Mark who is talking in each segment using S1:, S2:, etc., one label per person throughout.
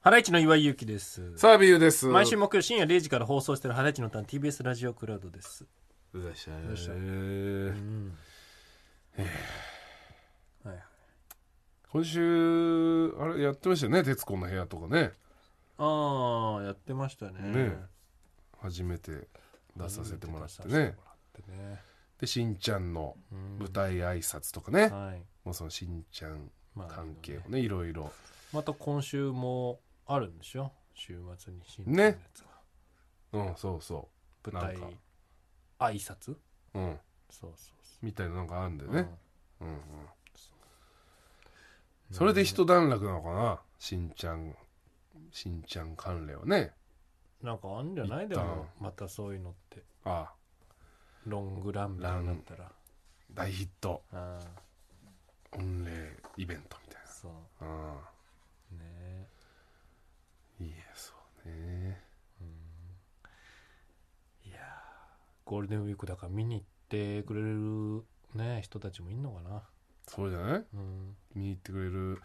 S1: ハライチの岩井ゆきです。
S2: サービューです。
S1: 毎週木曜深夜0時から放送しているハライチのターン TBS ラジオクラウドです。
S2: うらっしゃい。
S1: らっしゃいうん。はいはい。
S2: 今週、あれやってましたよね、徹子の部屋とかね。
S1: ああ、やってましたね。
S2: ね初めて出させてもらって
S1: 出させても。
S2: ね
S1: らってね。
S2: で、しんちゃんの
S1: うん
S2: 舞台挨拶とかね。
S1: はい。
S2: もうそのしんちゃん
S1: まあ
S2: 関係をね、いろいろ。
S1: また今週もあるんでしょ週末に新
S2: ね
S1: つが
S2: うん、そうそ
S1: 舞台
S2: なんか
S1: 挨拶
S2: う。うん。
S1: そうそうそ
S2: みたいななんかあるんだよ
S1: う。
S2: ね。うんうん。それで一段落なのかな、しんちゃん。しんちゃん関連はね。
S1: うんなんかあんじゃない
S2: 一
S1: で
S2: 旦
S1: もまたそういうのって
S2: ああ、
S1: ロングランみたいになったら
S2: 大ヒット、
S1: ああ
S2: 御礼イベントみたい
S1: そう
S2: な。うん。
S1: ねえ
S2: いや、そうね。
S1: いやーゴールデンウィークだから見に行ってくれるね人たちもいんのかな
S2: そうじゃない
S1: うん
S2: 見に行ってくれる、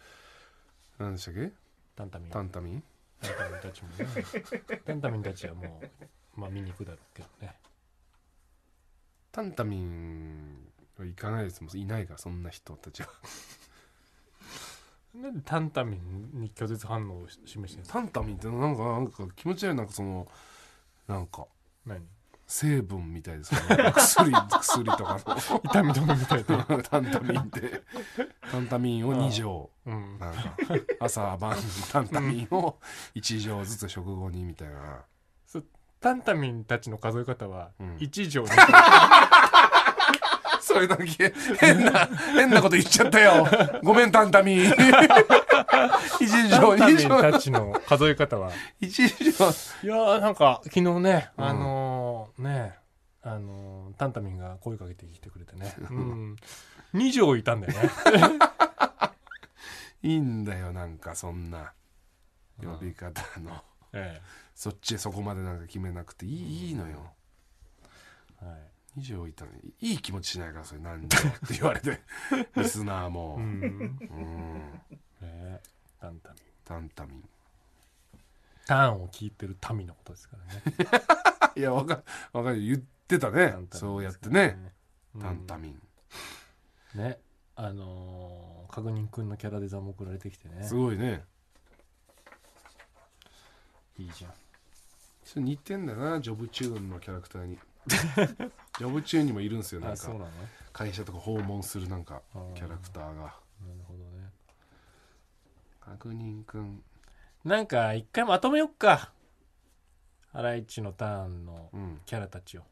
S2: 何でしたっけ
S1: タンタミンタ
S2: タ
S1: ン
S2: ンタミン
S1: タミンたちもねタンタミンたちはもうまあ見に行くだろうけどね
S2: タンタミンは行かないですもん。いないから、そんな人た ちは。
S1: なんでタンタミンに拒絶反応を示してるんですか
S2: タンタミンってなんか、なんか気持ち悪い、なんかその、なんか、
S1: 何
S2: 成分みたいですよ ね。薬、薬とか
S1: 痛み止めみたい な
S2: の。 タンタミンって。タンタミンを2錠。
S1: うん
S2: なんか、朝晩タンタミンを1錠ずつ食後にみたいな。
S1: そタンタミンたちの数え方は
S2: うん
S1: 1錠、
S2: それだけ変な、変なこと言っちゃったよ。ごめん、タン タミン。 一
S1: タ
S2: 条、
S1: ンタ
S2: 二
S1: ミン
S2: 条、
S1: たちの数え方は
S2: 一条。
S1: いやーなんか昨日ね、
S2: うん
S1: あのーねあのータンタミンが声かけてきてくれてね、うん、2錠いたんだ よね
S2: いいんだよ、なんかそんな
S1: うん
S2: 呼び方の。
S1: え
S2: そっちそこまでなんか決めなくていい,、いいのよ。
S1: えはい
S2: 二条いたのにいい気持ちしないから、それ何条って言わ れて。リスナーも
S1: う。ん
S2: うん。
S1: ねタンタミン
S2: タンタミン。
S1: タンを聞いてる民のことですから ね
S2: いや、わか、わかる。言ってたね
S1: タン。タミンですから
S2: そうやってね。
S1: うん
S2: タンタミン。
S1: ねあのー、確認くんのキャラデザも送られてきてね
S2: すごいね。
S1: いいじゃん
S2: ちょっと似てんだよなジョブチューンのキャラクタ ーにジョブチューンにもいるんですよなん
S1: あそう
S2: か
S1: なのな
S2: 会社とか訪問するなんか
S1: あー
S2: キャラクターが
S1: るほどね
S2: 確認くん
S1: なんか一回まとめよっかハライチのターンの
S2: うん
S1: キャラたちを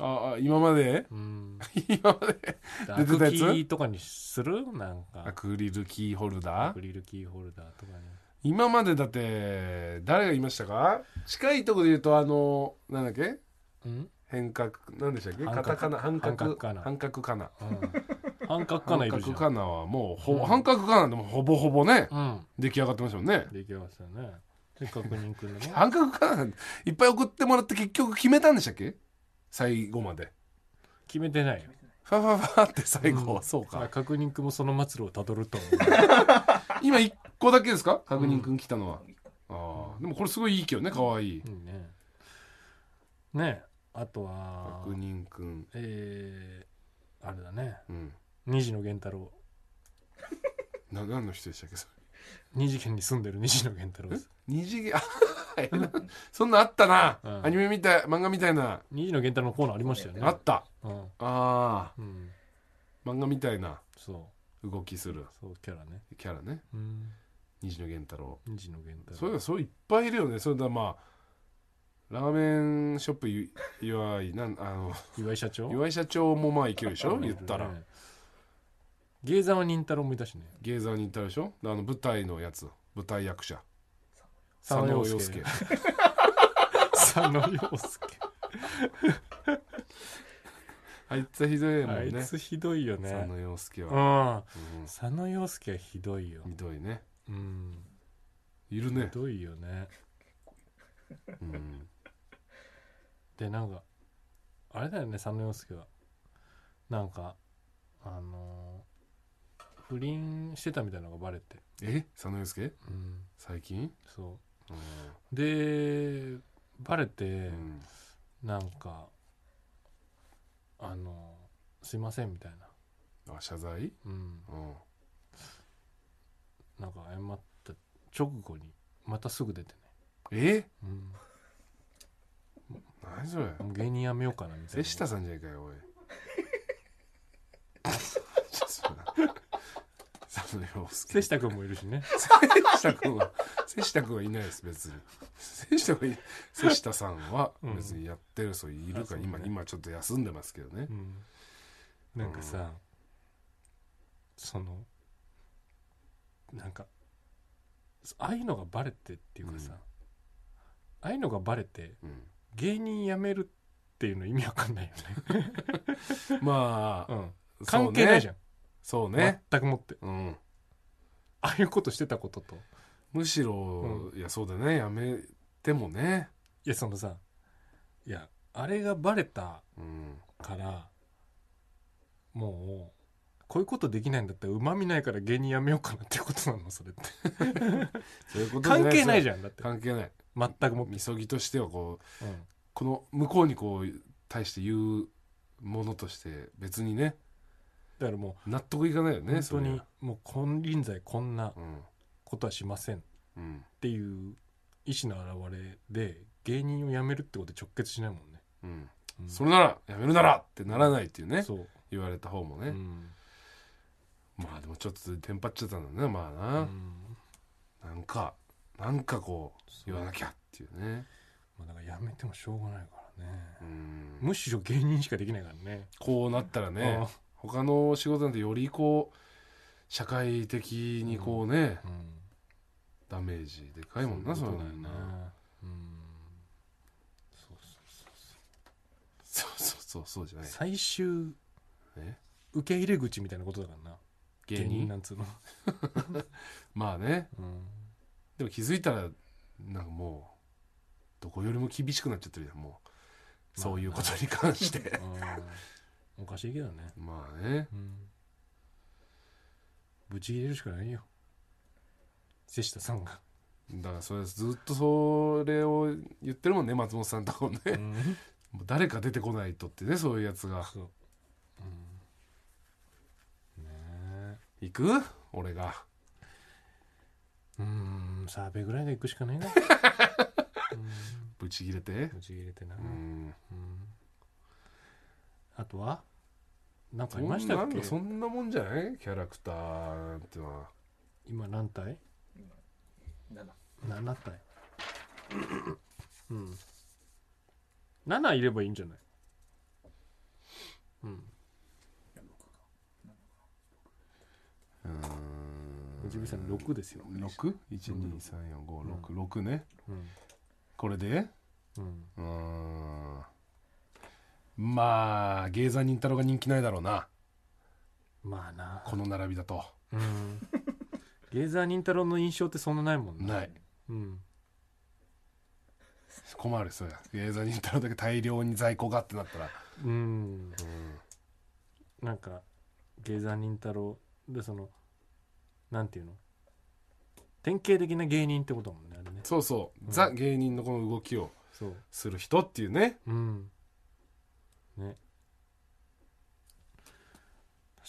S2: ああ今まで
S1: うん
S2: 今まで
S1: ア
S2: 出て
S1: ク
S2: たやつ
S1: キーとかにするなん
S2: ア
S1: か
S2: クリルキーホル
S1: ア
S2: ダ
S1: ク
S2: ー
S1: リルキーホルダーとかに
S2: 今までだって誰がいましたか近いところで言うとあのなんだっけ
S1: うん
S2: 変革なんでしたっけ
S1: 半角
S2: カタカナ半角
S1: 半角かな
S2: 半角かな
S1: うん半角かない
S2: 半
S1: るじ
S2: 角
S1: ゃ
S2: か
S1: ん
S2: なはもうほ、
S1: うん
S2: 半角かなでもほぼほぼね
S1: うん
S2: 出来上がってましたもんね
S1: できますよねで確認くんのね
S2: 半角かないっぱい送ってもらって結局決めたんでしたっけ最後まで
S1: 決めてないよ
S2: ファファファって最後、
S1: うん
S2: そう
S1: まあ
S2: か
S1: 確認くんもその末路をたどると思
S2: 今1個だけですか確認くん来たのは、ああでもこれすごいいいけどねかわいいう
S1: いい ねねあとは
S2: 確認くん
S1: えー、あれだね
S2: うん
S1: 虹野源太郎
S2: な何の人でしたっけそれ
S1: 二次元に住んでる西野源太郎です
S2: 二次 元あ そんなあったな、
S1: うん
S2: アニメみたい漫画みたいな、
S1: 西野源太郎のコーナーありましたよね
S2: あった
S1: うん、
S2: あ
S1: うん、
S2: あ漫画みたいな
S1: そ
S2: 動きする
S1: うそうキャラね
S2: キャラね
S1: うん
S2: 虹野源太郎
S1: 虹野源太郎
S2: そういうのそういっぱいいるよねそれだまあラーメンショップゆ岩井なんあの
S1: 岩井社長
S2: 岩井社長もまあいけるでしょ言ったら
S1: 芸沢任太郎もいたしね
S2: 芸座に行ったでしょあの舞台のやつ舞台役者
S1: 佐野洋
S2: 佐
S1: 介佐野洋介
S2: あいつはひどいもんね
S1: あいつひどいよね
S2: 佐野洋介
S1: う
S2: は、
S1: ん
S2: うん
S1: 佐野洋介はひどいよ
S2: ひどいね
S1: うん
S2: いる
S1: ひ
S2: ね、
S1: どいよね
S2: うん、
S1: でなんかあれだよね佐野洋介はなんかあのー不倫してたみたいなのがバレて、
S2: え佐野祐介
S1: うん、
S2: 最近
S1: そ
S2: うん
S1: うでバレて、
S2: うん
S1: なんかあのすいませんみたいな、
S2: あ謝罪
S1: うん、
S2: うん
S1: なんか謝った直後にまたすぐ出てね、
S2: え
S1: うん、
S2: 何それ
S1: もう芸人やめようかなみたい
S2: 瀬
S1: な
S2: 下さんじゃない かよおいちょっと佐野洋介
S1: 瀬下君もいるしね
S2: 瀬下君は瀬下君はいないです別に瀬下はい瀬下さんは
S1: うん
S2: 別にやってる人いるか
S1: あそう
S2: ら、
S1: ね
S2: 今今ちょっと休んでますけどね
S1: うん、なんかさ、そのなんかああいうのがバレてっていうかさ、
S2: うん
S1: ああいうのがバレて
S2: うん
S1: 芸人辞めるっていうの意味わかんないよね、
S2: ま
S1: う
S2: あ、
S1: ん、
S2: そうね
S1: 関係ないじゃん、
S2: そうね、
S1: 全くもって
S2: うん、
S1: ああいうことしてたことと
S2: むしろ、いやそうだねやめてもね、
S1: いやそのさいやあれがバレた
S2: うん、
S1: からもうこういうことできないんだったらうまみないから芸人辞めようかなってことなのそれって
S2: そういうこと
S1: 関係ない
S2: ゃ
S1: じゃんだって
S2: 関係ない
S1: 全くもって
S2: みそぎとしてはこう
S1: うん
S2: この向こうにこう対して言うものとして別にね
S1: だからも
S2: 納得いかないよ
S1: う、
S2: ね
S1: 本当にもう金輪際こんな
S2: そりゃうん
S1: ことはしませんっ
S2: うん
S1: ていう意思の表れで芸人を辞めるってこと直結しないもんね、
S2: うん
S1: うん
S2: それならやめるならってならないっていうね
S1: そう、
S2: 言われた方もね、
S1: うん
S2: まあでもちょっとテンパっちゃったんだねまあ
S1: う
S2: な、
S1: ん
S2: なんかなんかこう言わなきゃっていうね
S1: まあ、だから辞めてもしょうがないからね、
S2: うん
S1: むしろ芸人しかできないからね
S2: こうなったら
S1: う
S2: ね
S1: ん
S2: 他の仕事なんてよりこう社会的にこうね、
S1: うん
S2: ダメージでかいもんなそ
S1: そうう
S2: い
S1: いううこと
S2: のね
S1: だよねうんそうそうそう
S2: そうそうそうそうじゃない
S1: 最終
S2: え
S1: 受け入れ口みたいなことだからな
S2: 芸人
S1: なんつうの、
S2: まあね
S1: うん、
S2: でも気づいたらなんかもうどこよりも厳しくなっちゃってるじゃんもう
S1: まあ
S2: そういうことに関して
S1: うんおかしいけどね、
S2: まあね
S1: うん、ぶち入れるしかないよ瀬下さんが、
S2: だからそれずっとそれを言ってるもんね松本さんとかもね
S1: うん、
S2: もう誰か出てこないとってねそういうやつが
S1: そう、うん、ねえ
S2: 行く俺が
S1: うーん澤部ぐらいが行くしかないなう
S2: ブチ切れて
S1: んぶち入れてな、
S2: うん
S1: うんあとはなんか
S2: そ
S1: い
S2: んな
S1: ましたっけ
S2: そんなもんじゃないキャラクターなんてのは
S1: 今何体
S3: 7
S1: ?7 体うん7いればいいんじゃないうん
S2: う
S1: 藤井さん6ですよ、
S2: 6 1 2 3 4 5 6 6ね
S1: うん
S2: これで
S1: うん、
S2: うーんまあ芸座忍太郎が人気ないだろうな
S1: まあな
S2: この並びだと
S1: うんゲーザー忍太郎の印象ってそんなないもんな
S2: ない
S1: うん
S2: 困るそりゃ芸座忍太郎だけ大量に在庫がってなったら
S1: うん
S2: うん
S1: なんかゲーザー忍太郎でそのなんていうの典型的な芸人ってことだもんねあれね
S2: そうそう、
S1: うん
S2: ザ芸人のこの動きを
S1: そう
S2: する人っていうね
S1: うんね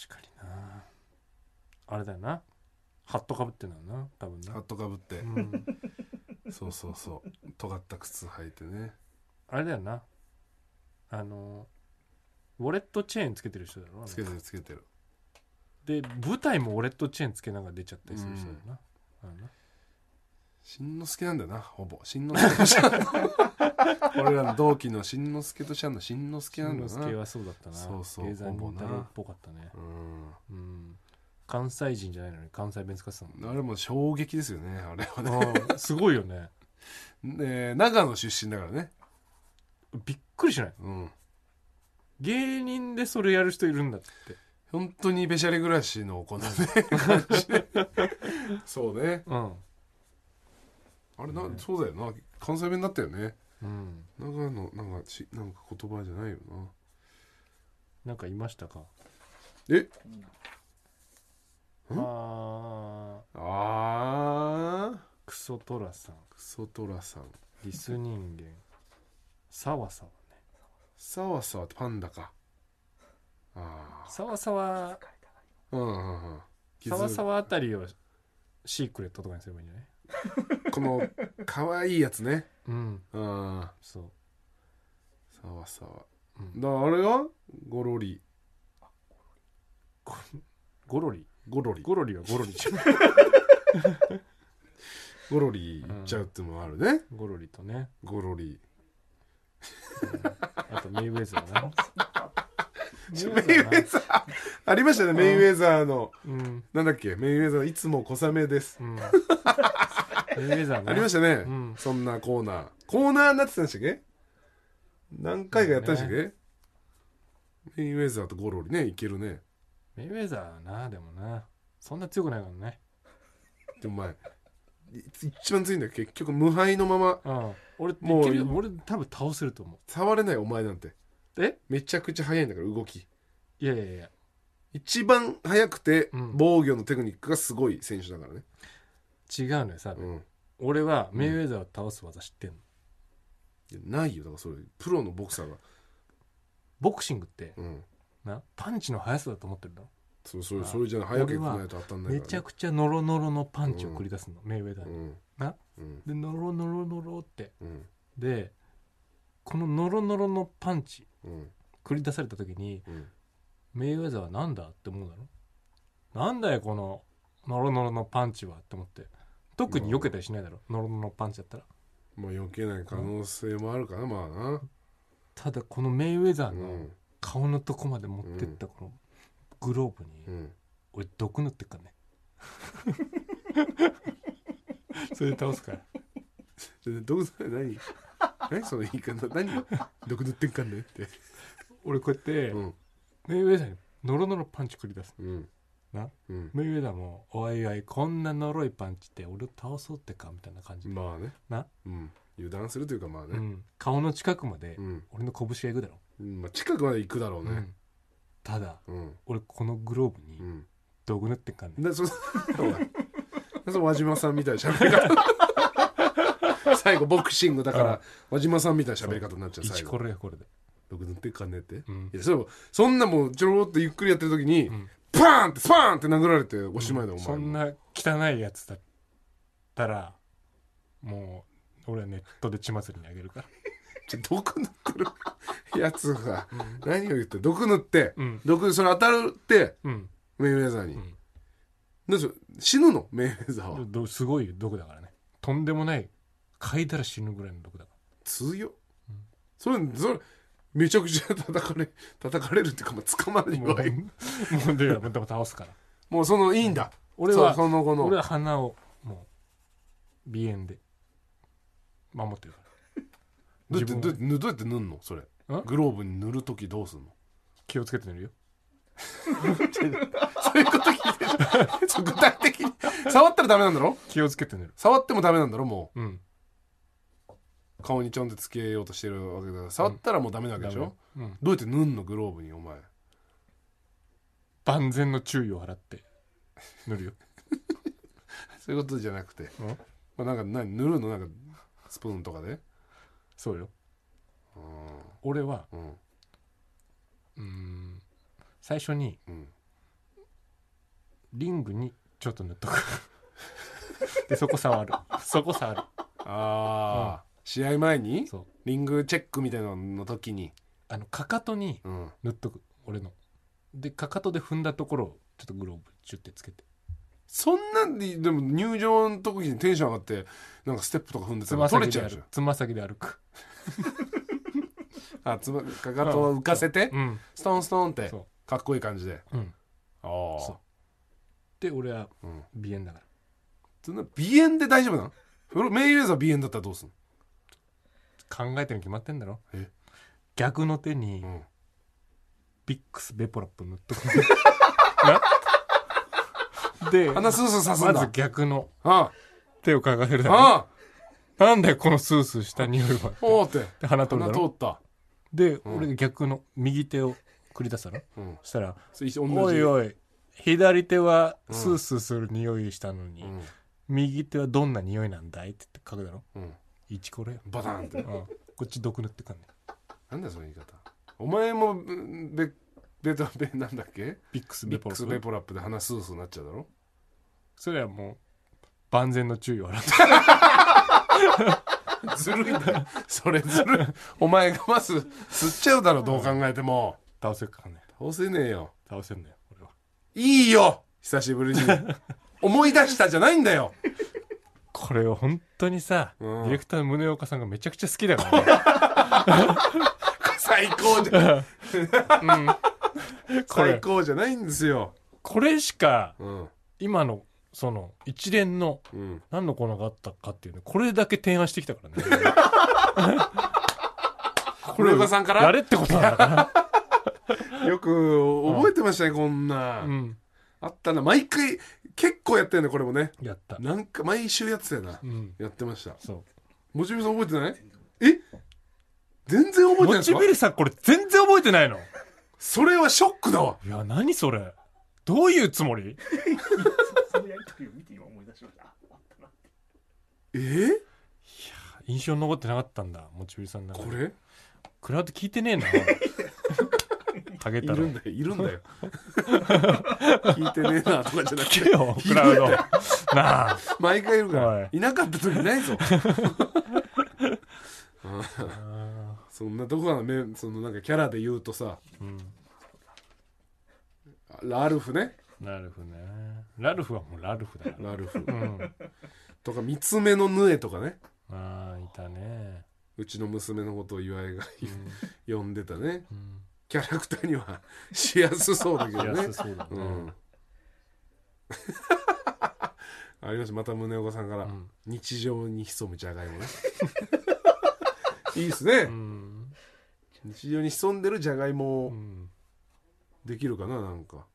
S1: 確かになあれだよなハットかぶってんだよな多分
S2: ハッ
S1: な、
S2: トかぶって
S1: う、ん、
S2: そうそうそう尖った靴履いてね
S1: あれだよなあのウォレットチェーンつけてる人だろあの
S2: つけてるつけてる
S1: で舞台もウォレットチェーンつけながら出ちゃったりする人だよな、あれな
S2: しんのすけなんだよなほぼしんのすけとシャン俺らの同期のしんのすけとシャンのしんのすけなんだよ
S1: しんのすけ
S2: な
S1: はそうだったな
S2: そうそう
S1: 経済
S2: ほぼ
S1: 忍
S2: な
S1: 太郎っぽかったね
S2: う
S1: うん関西人じゃないのに関西弁使ってたもん
S2: んあれも衝撃ですよね あれはね
S1: うんすごいよね
S2: ね長野出身だからね
S1: びっくりしない
S2: うん
S1: 芸人でそれやる人いるんだって
S2: 本当にべしゃり暮らしのこのね感じでそうね
S1: うん、
S2: あれな、
S1: ね
S2: そうだよな関西弁だったよね
S1: うん、
S2: 長野なんかちなんか言葉じゃないよ
S1: な
S2: な
S1: んかいましたか
S2: え
S3: 7
S2: ん
S1: あー
S2: ああ
S1: クソトラさん
S2: クソトラさん
S1: リス人間サワサワね
S2: サワサワってパンダかあ
S1: サワサワ
S2: あうんうんうん
S1: サワサ
S2: ワ
S1: ワあたりをシークレットとかにすればいいんじゃない
S2: このかわいいやつね
S1: うん
S2: うん
S1: そう
S2: サワサワ
S1: うん
S2: だからあれがゴロリ
S1: ゴゴロリ
S2: ゴロリ
S1: ゴロリはゴ ロリじゃん
S2: ゴロリいっちゃうってのもあるね、
S1: ゴロリとね
S2: ゴロリ
S1: あとメイウェザーなメイウ
S2: メイウェザーありましたねメイウェザーの
S1: ーなうん
S2: なんだっけメイウェザーいつも小雨です
S1: うんメイウェザーね
S2: ありましたね、
S1: うん
S2: そんなコーナーコーナーになってたんでしたっけ何回かやったんでしたっけ、メインウェザーとゴロリねいけるね
S1: メイウェザーはなでもなそんな強くないからね
S2: でも前い一番強いんだよ結局無敗のまま
S1: うん俺
S2: もう
S1: いけるよ俺多分倒せると思
S2: 触れないお前なんて
S1: うえ
S2: めちゃくちゃ速いんだから動き
S1: いやいやいや
S2: 一番速くて
S1: うん
S2: 防御のテクニックがすごい選手だからね、
S1: 違うのよさ、
S2: うん、
S1: 俺はメイウェザーを倒す技知ってんの、
S2: いやないよだからそれプロのボクサーが、
S1: ボクシングって
S2: うん、
S1: なパンチの速さだと思ってるの
S2: そそれ
S1: あ
S2: それじゃない速くないと当たんないから、ね、
S1: めちゃくちゃノロノロのパンチを繰り出すの、メイウェザー
S2: う
S1: に、
S2: ん
S1: な
S2: うん
S1: でノロノロノロって
S2: うん
S1: でこのノロノロのパンチ
S2: うん
S1: 繰り出された時に
S2: うん
S1: メイウェザーはなんだって思うだろなんだよこのノロノロのパンチはって思って特に避けたりしないだろ、ノロノロのパンチだったら
S2: まあ避けない可能性もあるかなまあな
S1: ただこのメイウェザー
S2: う
S1: の
S2: ん
S1: 顔のとこまで持ってったこのグローブに、
S2: うん
S1: 俺毒塗ってっからね それで倒すから
S2: で毒され何 何その言い方何毒塗ってんかんねって
S1: 俺こうやって、
S2: うん
S1: メイウェザーにノロノロパンチ繰り出す
S2: うん
S1: な
S2: うん
S1: メイウェザーも「おいおいこんな呪いパンチって俺を倒そうってか」みたいな感じで、
S2: まあね
S1: な、
S2: うん、油断するというかまあ
S1: う
S2: ね
S1: ん、顔の近くまで
S2: うん、
S1: 俺の拳がいくだろ、
S2: まあ近くまで行くだろう
S1: う
S2: ね
S1: んただ
S2: うん
S1: 俺このグローブ
S2: う
S1: に
S2: ん、
S1: 道具塗ってっからね、
S2: でそ おいその輪島さんみたいな喋 り方最後ボクシングだから輪島さんみたいな喋り方になっちゃう
S1: 一
S2: 最
S1: こ
S2: 後
S1: れやこれで、
S2: 毒塗ってんかんねって、
S1: うん
S2: いやそれもそんなもうちょろっとゆっくりやってる時に、
S1: うん
S2: パーンってスパーンって殴られておしまいだ、お前
S1: そんな汚いやつだったらもう俺はネットで血祭りにあげるから
S2: ちょ毒塗ってるやつが何を言って毒塗って、
S1: うん
S2: 毒それ当たるって
S1: うん
S2: メイウェザーに、
S1: うん
S2: なんでしょう死ぬのメイウェザーは、
S1: どどすごい毒だからねとんでもない嗅いだら死ぬぐらいの毒だか
S2: 強っそれそれめちゃくちゃ叩かれ叩かれるっていうか、まあ、捕ま
S1: ら
S2: る
S1: もう
S2: わ
S1: も
S2: よ
S1: うでもうでも倒すから
S2: もうそのいいんだ
S1: 俺は
S2: そうその後の
S1: 俺は鼻をもう鼻炎で守ってるから
S2: どうやって
S1: 自分
S2: どうやってどうやって塗んのそれグローブに塗る時どうすんの
S1: 気をつけて寝るよ
S2: そういうこと聞いてる そう具体的に触ったらダメなんだろ
S1: 気をつけて寝る
S2: 触ってもダメなんだろも
S1: うん
S2: う顔にちょんってつけようとしてるわけだから触ったらもうダメなわけでしょ、
S1: ダメうん
S2: どうやって塗んのグローブにお前
S1: 万全の注意を払って塗るよ
S2: そういうことじゃなくて、
S1: うん
S2: まあ、なんか何塗るのなんかスプーンとかで
S1: そうよ
S2: う
S1: 俺は
S2: んうん
S1: うーん最初に
S2: うん
S1: リングにちょっと塗っと くでそこ触るそこ触る
S2: ああ、試合前に
S1: そう
S2: リングチェックみたいなのの時に、
S1: あのかかとに
S2: うん、
S1: 塗っとく俺のでかかとで踏んだところをちょっとグローブチュッてつけて
S2: そんなんででも入場の時にテンション上がってなんかステップとか踏んで
S1: つ
S2: た
S1: ま
S2: ら取
S1: 先で
S2: れちゃう
S1: 歩
S2: じゃん
S1: くつま先で歩く
S2: あつまかかとを浮かせて、
S1: うん
S2: ストンストンって
S1: そ
S2: かっこいい感じで
S1: ううん
S2: あ
S1: そう
S2: あ
S1: で俺は
S2: うん
S1: 鼻炎だから
S2: そんな鼻炎で大丈夫なのフロメイウェザー鼻炎だったらどうすん
S1: 考えてるに決まってんだろ
S2: え
S1: 逆の手に
S2: の、うん、
S1: ビックスベポラップ塗っと くなで
S2: 鼻スースー刺すん
S1: ま
S2: だ、
S1: ず逆の
S2: あ
S1: 手をかかせ る
S2: あ
S1: だろ
S2: ああ
S1: なんだよこのスースーした匂いは
S2: おおって
S1: で鼻取る
S2: 鼻
S1: だ
S2: 通
S1: ろ
S2: った、
S1: で俺が逆の右手を繰り出すだろ
S2: うん、
S1: そしたら
S2: それ一
S1: 「
S2: 緒同
S1: お
S2: じ
S1: いおい左手は
S2: うん
S1: スースーする匂いしたのに、
S2: うん
S1: 右手はどんな匂いなんだいって言って書くだろ
S2: うん
S1: イチコロよ、
S2: バタンっ
S1: う
S2: て
S1: ん、こっち毒塗ってかんね
S2: なんだよその言い方お前もうんベベトベなんだっけ
S1: ビックスベ
S2: ビッ
S1: ポ
S2: ク
S1: ロ
S2: ス
S1: ス
S2: ベポラップで鼻スースーなっちゃうだろ
S1: それはもう万全の注意を 払って
S2: ずるいなそれずるいお前がまず吸っちゃうだろどう考えても
S1: 倒せっかんね
S2: 倒せねえよ
S1: 倒せんね俺はい
S2: いよ久し ぶりに思い出したじゃないんだよ
S1: これを本当にさ、
S2: うん
S1: ディレクターの宗岡さんがめちゃくちゃ好きだから
S2: 最高じゃ
S1: ね、 うん、こ
S2: 最
S1: れ
S2: 高じゃないんですよ
S1: これしか
S2: うん
S1: 今のその一連の
S2: うん
S1: 何のコーナーがあったかっていうねこれだけ提案してきたからね
S2: これ岡さんか
S1: や
S2: ら
S1: れってことなんだか
S2: よく覚えてましたねこんな、
S1: ら、うん、
S2: あったな毎回結構やってんねこれもね
S1: やった、
S2: なんか毎週やってたよな
S1: うん、
S2: やってました
S1: そ
S2: もちみさん覚えてないえ全然覚えて
S1: う
S2: ないん
S1: モ
S2: で
S1: チ
S2: すか
S1: ベリさんこれ全然覚えてないのい
S2: それはショックだわ
S1: や何それどういうつもり
S3: そのやりとりを見て今思い出しました。ああったな。
S2: え
S1: 印象に残ってなかったんだモチベリさんなんか
S2: これ
S1: クラウド聞いてね えなハゲ
S2: い
S1: た
S2: る
S1: ろ
S2: んだよいるんだ よ聞いてねえなとかじゃなく
S1: 聞
S2: て
S1: けよクラウドな あ
S2: 毎回いるから
S1: お
S2: いなかった時いないぞうんそんなとこはねそのなんかキャラで言うとさ
S1: うん
S2: ラルフね
S1: ラルフねラルフはもうラルフだから
S2: ラルフ
S1: うん
S2: とか三つ目のヌエとかね
S1: ああいたね
S2: うちの娘のことを岩井が
S1: う
S2: 呼んでたね
S1: ん
S2: キャラクターには しやすそうだけど
S1: うん
S2: ね
S1: 安そうだね
S2: う、ん ありましたまた宗岡さんから、
S1: うん
S2: 日常に潜むじゃがいもね いいですね、
S1: うん
S2: 日常に潜んでるじゃがいも
S1: う
S2: を
S1: ん
S2: できるかななんか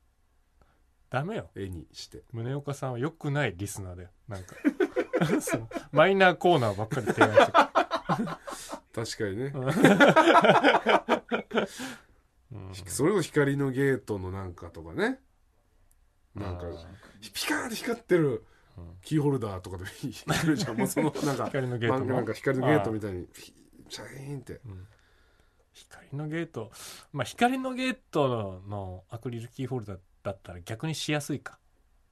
S1: ダメよ
S2: 絵にして
S1: 宗岡さんは良くないリスナーだよなんか そのマイナーコーナーばっかり提案してく
S2: 確かに
S1: る、
S2: ね、
S1: うん
S2: それこそ光のゲートのなんかとかねなんか
S1: あー
S2: ピカーンって光ってる
S1: うん
S2: キーホルダーとかで もいいるじゃんもうそのなんか
S1: 光のゲートの
S2: 漫画なんか光のゲートみたいにピシャイーンって
S1: うん光のゲートまあ光のゲートのアクリルキーホルダーだったら逆にしやすいか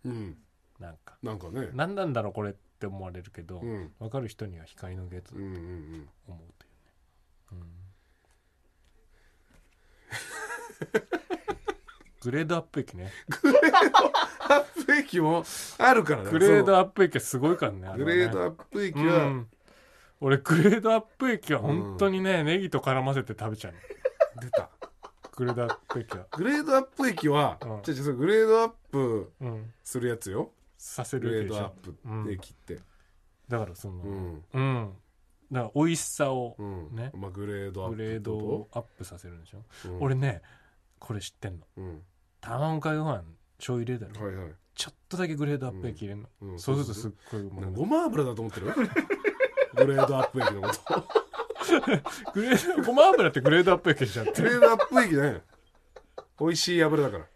S2: うん
S1: なんか
S2: なんかね
S1: 何なんだろうこれって思われるけど、
S2: うんうん
S1: 分かる人には光のゲート
S2: う
S1: だと
S2: んうん
S1: 思うというね、うん グレードアップ駅ね
S2: アップ駅もあるからね
S1: グレード
S2: ア
S1: アップ駅はすごいからねあれはね
S2: グレードアップ駅
S1: う
S2: は
S1: ん俺グレードアップ駅は本当にね、ネギと絡ませて食べ ちゃうの
S2: 出た
S1: グレードアップ駅は
S2: グレードアップ駅は
S1: うん
S2: じゃじゃそれグレードアップ
S1: うん
S2: するやつよ
S1: させ
S2: グ
S1: る
S2: レ
S1: 駅
S2: ー
S1: で
S2: ド
S1: し
S2: アッ
S1: ょ
S2: プ駅って
S1: だからその
S2: う
S1: うん、
S2: ん
S1: だから美味しさを
S2: うん
S1: ね
S2: まあグレードアップ
S1: グレード
S2: と
S1: をアップさせるんでしょ、
S2: うん
S1: 俺ねこれ知ってんの
S2: うん
S1: 卵かけご飯醤油入れるだろ、
S2: はいはい
S1: ちょっとだけグレードアップ駅入れるの、
S2: うん
S1: そうするとすっごいうまい
S2: な
S1: の
S2: ごま油だと思っ てるグレードアップ駅のこと
S1: グレードごま油ってグレードアップ駅じゃんっ
S2: グ
S1: て
S2: レードアップ駅じゃないの美味しい油だから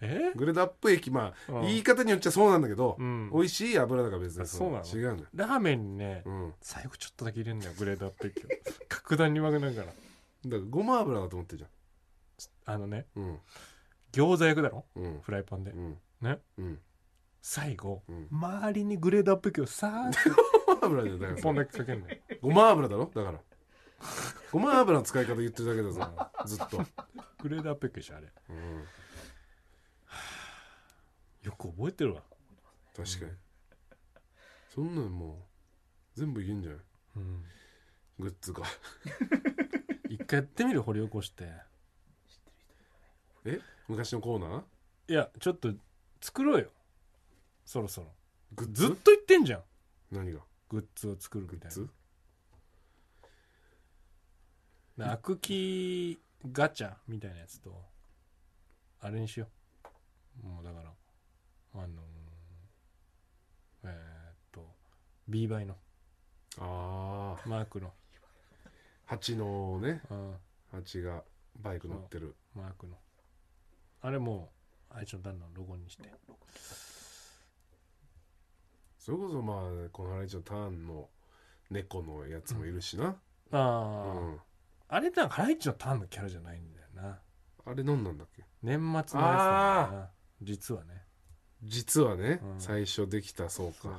S1: え
S2: グレードアップ駅まあ、
S1: うん
S2: 言い方によっちゃそうなんだけど、
S1: うん
S2: 美味しい油だから別に
S1: あそうなの
S2: 違うんだよ、
S1: ラーメンにね、
S2: うん、
S1: 最後ちょっとだけ入れんだよグレードアップ駅を格段にう まくなるから
S2: だからごま油だと思ってるじ
S1: あのね
S2: ゃんうん
S1: 餃子焼くだろ
S2: うん
S1: フライパンで
S2: うん
S1: ね
S2: うん
S1: 最後
S2: うん
S1: 周りにグレードアップ駅をさーっ
S2: ごま油じゃんだ
S1: と
S2: から
S1: 一本だけかけんのよ
S2: ごま油だろだからごま油の使い方言ってるだけだぞずっと、
S1: グレードアップ駅でしょあれ
S2: うん、
S1: よく覚えてるわ
S2: 確かにそんなんもう全部いけんじゃない
S1: うん
S2: グッズが
S1: 一回やってみる掘り起こして
S2: え昔のコーナー
S1: いやちょっと作ろうよそろそろ
S2: グッズ
S1: ずっと言ってんじゃん
S2: 何が
S1: グッズを作るみ
S2: グ
S1: た
S2: ッ
S1: い
S2: ズ
S1: なアクキーガチャみたいなやつとあれにしようもうだからあのーえーっと B 倍の
S2: ああ
S1: マークの、
S2: 蜂のね
S1: うん、
S2: 蜂がバイク乗ってる
S1: マークのあれもうあいつの旦那のロゴにして
S2: それこそまあこの原市のターンの猫のやつもいるしな、
S1: あ
S2: う
S1: あ、
S2: ん
S1: あれなんかハライチのターンのキャラじゃないんだよな
S2: あれ何なんだっけ
S1: 年末のやつなんだよな実はね
S2: 実はね、
S1: うん
S2: 最初できたそう
S1: そう
S2: か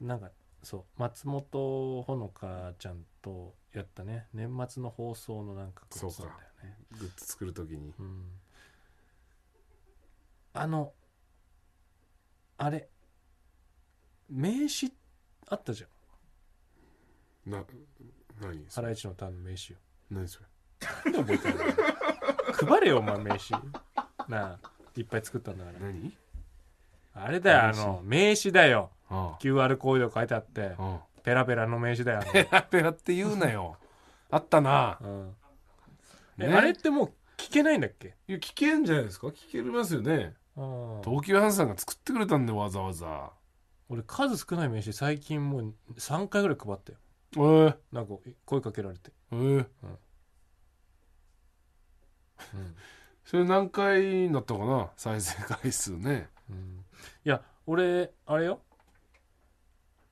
S1: なんかそう松本ほのかちゃんとやったね年末の放送のなんか
S2: そうか
S1: なんだよね
S2: グッズ作るときに
S1: うんあのあれ名刺あったじゃん
S2: な何
S1: ハ
S2: そ
S1: ラ
S2: れ
S1: イチのターンの名刺を
S2: 何それ
S1: なんで覚えてないの配れよお前 名刺なあいっぱい作ったんだから
S2: 何
S1: あれだよあ
S2: 名刺
S1: の名刺だよ
S2: あ
S1: QR コード書いてあって
S2: ああ
S1: ペラペラの名刺だよ
S2: ペラペラって言うなよ あったな
S1: あの、うん え
S2: ね
S1: あれってもう聞けないんだっけ
S2: いや聞けんじゃないですか聞けますよね
S1: ああ
S2: 東急ハンさんが作ってくれたんでわざわざ
S1: 俺数少ない名刺最近もう3回ぐらい配ったよ
S2: えー、
S1: なんか声かけられて、
S2: えー、
S1: うん
S2: それ何回になったかな再生回数ね
S1: うんいや俺あれよ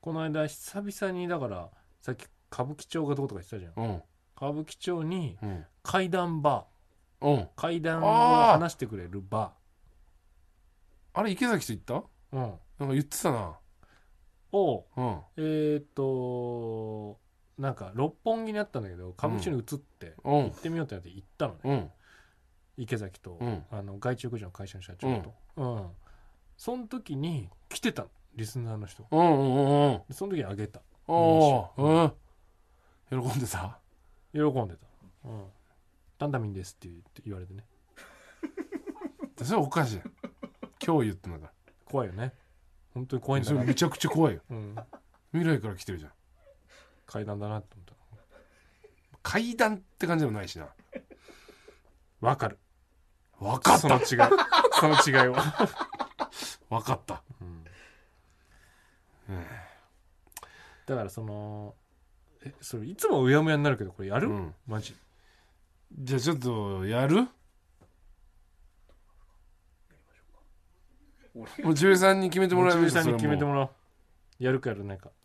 S1: この間久々にだからさっき歌舞伎町がどうとか言ってたじゃん
S2: うん
S1: 歌舞伎町に
S2: うん
S1: 階段バ
S2: うん
S1: ー階段を
S2: あー
S1: 話してくれるバ
S2: あれ池崎と行った
S1: ー、うん、
S2: なんか言ってたな
S1: を
S2: うん
S1: えー、っとなんか六本木にあったんだけど歌舞伎町に移って、
S2: う
S1: 行
S2: ん
S1: ってみようってなって行ったのね、
S2: うん
S1: 池崎と、
S2: うん
S1: あの外注工場の会社の社長と、うんその時に来てたのリスナーの人
S2: うんうんうんうん
S1: その時にあげた
S2: おーうん喜んでた
S1: 喜んでた「うん、タンタミンです」って言って言われてね
S2: それおかしい今日言ってんだか
S1: 怖いよね本当に怖いん
S2: ら
S1: だ
S2: そ
S1: な
S2: れめちゃくちゃ怖いよ
S1: うん、
S2: 未来から来てるじゃん
S1: 階段だなって思った
S2: 階段って感じでもないしな
S1: わかる
S2: 分かっ
S1: その
S2: た
S1: 違いその違いは、
S2: 分かった
S1: うん、
S2: うん
S1: だからそのえそれいつもうやむやになるけどこれやる、
S2: うん
S1: マジ
S2: じゃあちょっとやる
S3: 俺
S2: もう女優さんに決めてもらいま
S1: モ
S2: し
S1: チベ
S2: た
S1: さんに決めて
S2: ら
S1: もらおうやるかやらないか
S3: や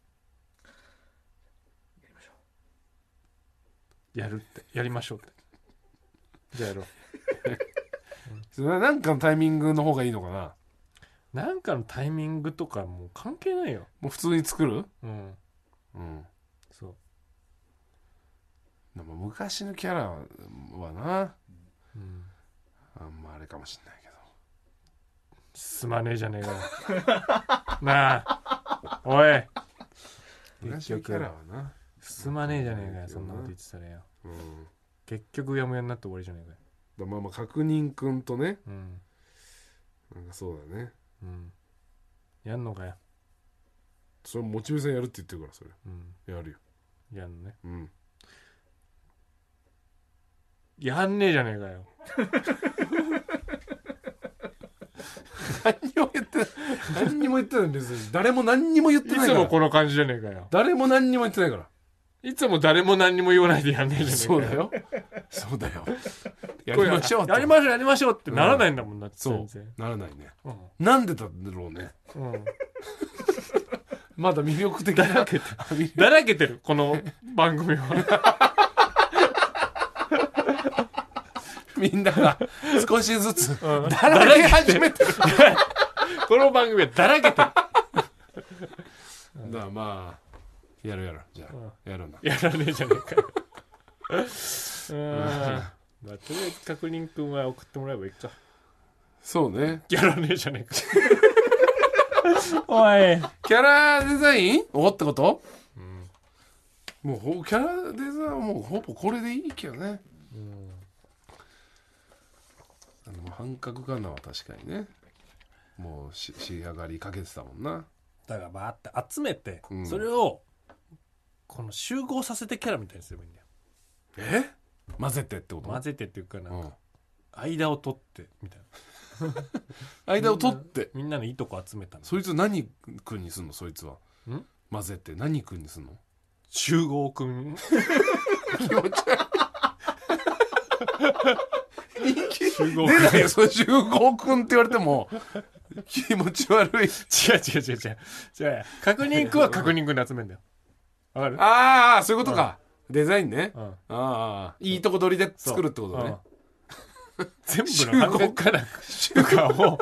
S3: りましょ
S1: やるってやりましょうってじゃあやろう
S2: なんかのタイミングの方がいいのかな
S1: なんかのタイミングとかもう関係ないよ
S2: もう普通に作る
S1: うん
S2: うん
S1: そう
S2: でも昔のキャラはな
S1: うん
S2: あんまあれかもしんないけど
S1: すまねえじゃねえかよなあおい
S2: 昔のキャラはな
S1: すまねえじゃねえかよそんなこと言ってたらよ
S2: うん
S1: 結局うやむやになって終わりじゃねえかよ
S2: だまあまあ確認くんとね
S1: うん
S2: なんかそうだね
S1: うんやんのかよ
S2: それもちべさんやるって言ってるからそれ
S1: うん
S2: やるよ
S1: やんのね
S2: うん
S1: やんねえじゃねえかよ
S2: 何を言って 何にも言ってない別に誰も何にも言って
S1: い
S2: ない
S1: つ
S2: から
S1: もこの感じじゃねえかよ
S2: 誰も何にも言ってないから
S1: いつも誰も何にも言わないでやんねえじゃねえか
S2: そうだよ。そうだ よ。や
S1: こう
S2: り
S1: いう
S2: ましょうって。
S1: やりましょうやりましょうってならないんだもんな
S2: そ
S1: 全然
S2: う。ならないね。
S1: うん
S2: なんでだろうね。
S1: うん
S2: まだ魅力的
S1: だら
S2: な。
S1: けてる。だらけてる、この番組は。
S2: みんなが少しずつ。
S1: うん
S2: だらけ始めて る。
S1: この番組はだ らけてる。
S2: だからまあ、やるやる。じゃあ、やるんだ。
S1: やらねえじゃねえかよ。うん。まあ、とりあえず確認君は送ってもらえばいいか。
S2: そうね。
S1: やらねえじゃねえか。おい。
S2: キャラデザインおってこともうほキャラデザインはもうほぼこれでいいけどね。あの半角かなは確かにね。もうし仕上がりかけてたもんな。
S1: だからバーって集めて、
S2: うん
S1: それを、この集合させてキャラみたいにすればいいんだよ。
S2: え混ぜてってこと
S1: 混ぜてっていうか、な
S2: うんん
S1: か、間を取って、みたいな。
S2: 間を取って。
S1: みんなのいいとこ集めたの。
S2: そいつ何君にすんのそいつは
S1: ん
S2: 混ぜて何君にすんの
S1: 集合君。
S2: 気持ち悪
S1: 集合違う
S2: 出ないよ、それ、15億って言われても、気持ち悪
S1: 違う
S2: い。
S1: 違う違う。違う。確認君は確認君で集めんだよ。わかる
S2: ああ、そういうことか。デザインね。
S1: うん。
S2: ああ、いいとこ取りで
S1: そう
S2: 作るってことね。
S1: うん全部の半角からとかを、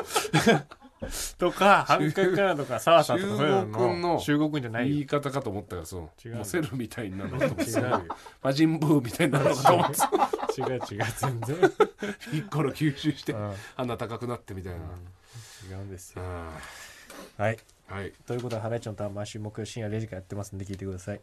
S1: とか、半角からとか、サーサーとか、そういう
S2: 中国
S1: の、
S2: の
S1: 中国軍じゃない
S2: 言
S1: よ。
S2: い方かと思ったから、そう。
S1: 違う
S2: もうセルみたいになるのかと思っ
S1: 違
S2: て
S1: う よ。
S2: 魔人ブーみたいになるのかと思 って
S1: 違う違う、全然。
S2: 一から吸収して
S1: うん
S2: 鼻高くなってみたいな、
S1: 違うんですよ。
S2: あ
S1: はい。
S2: あはい
S1: ということで、ハライチのターン毎週木曜深夜0時からやってますんで聞いてください。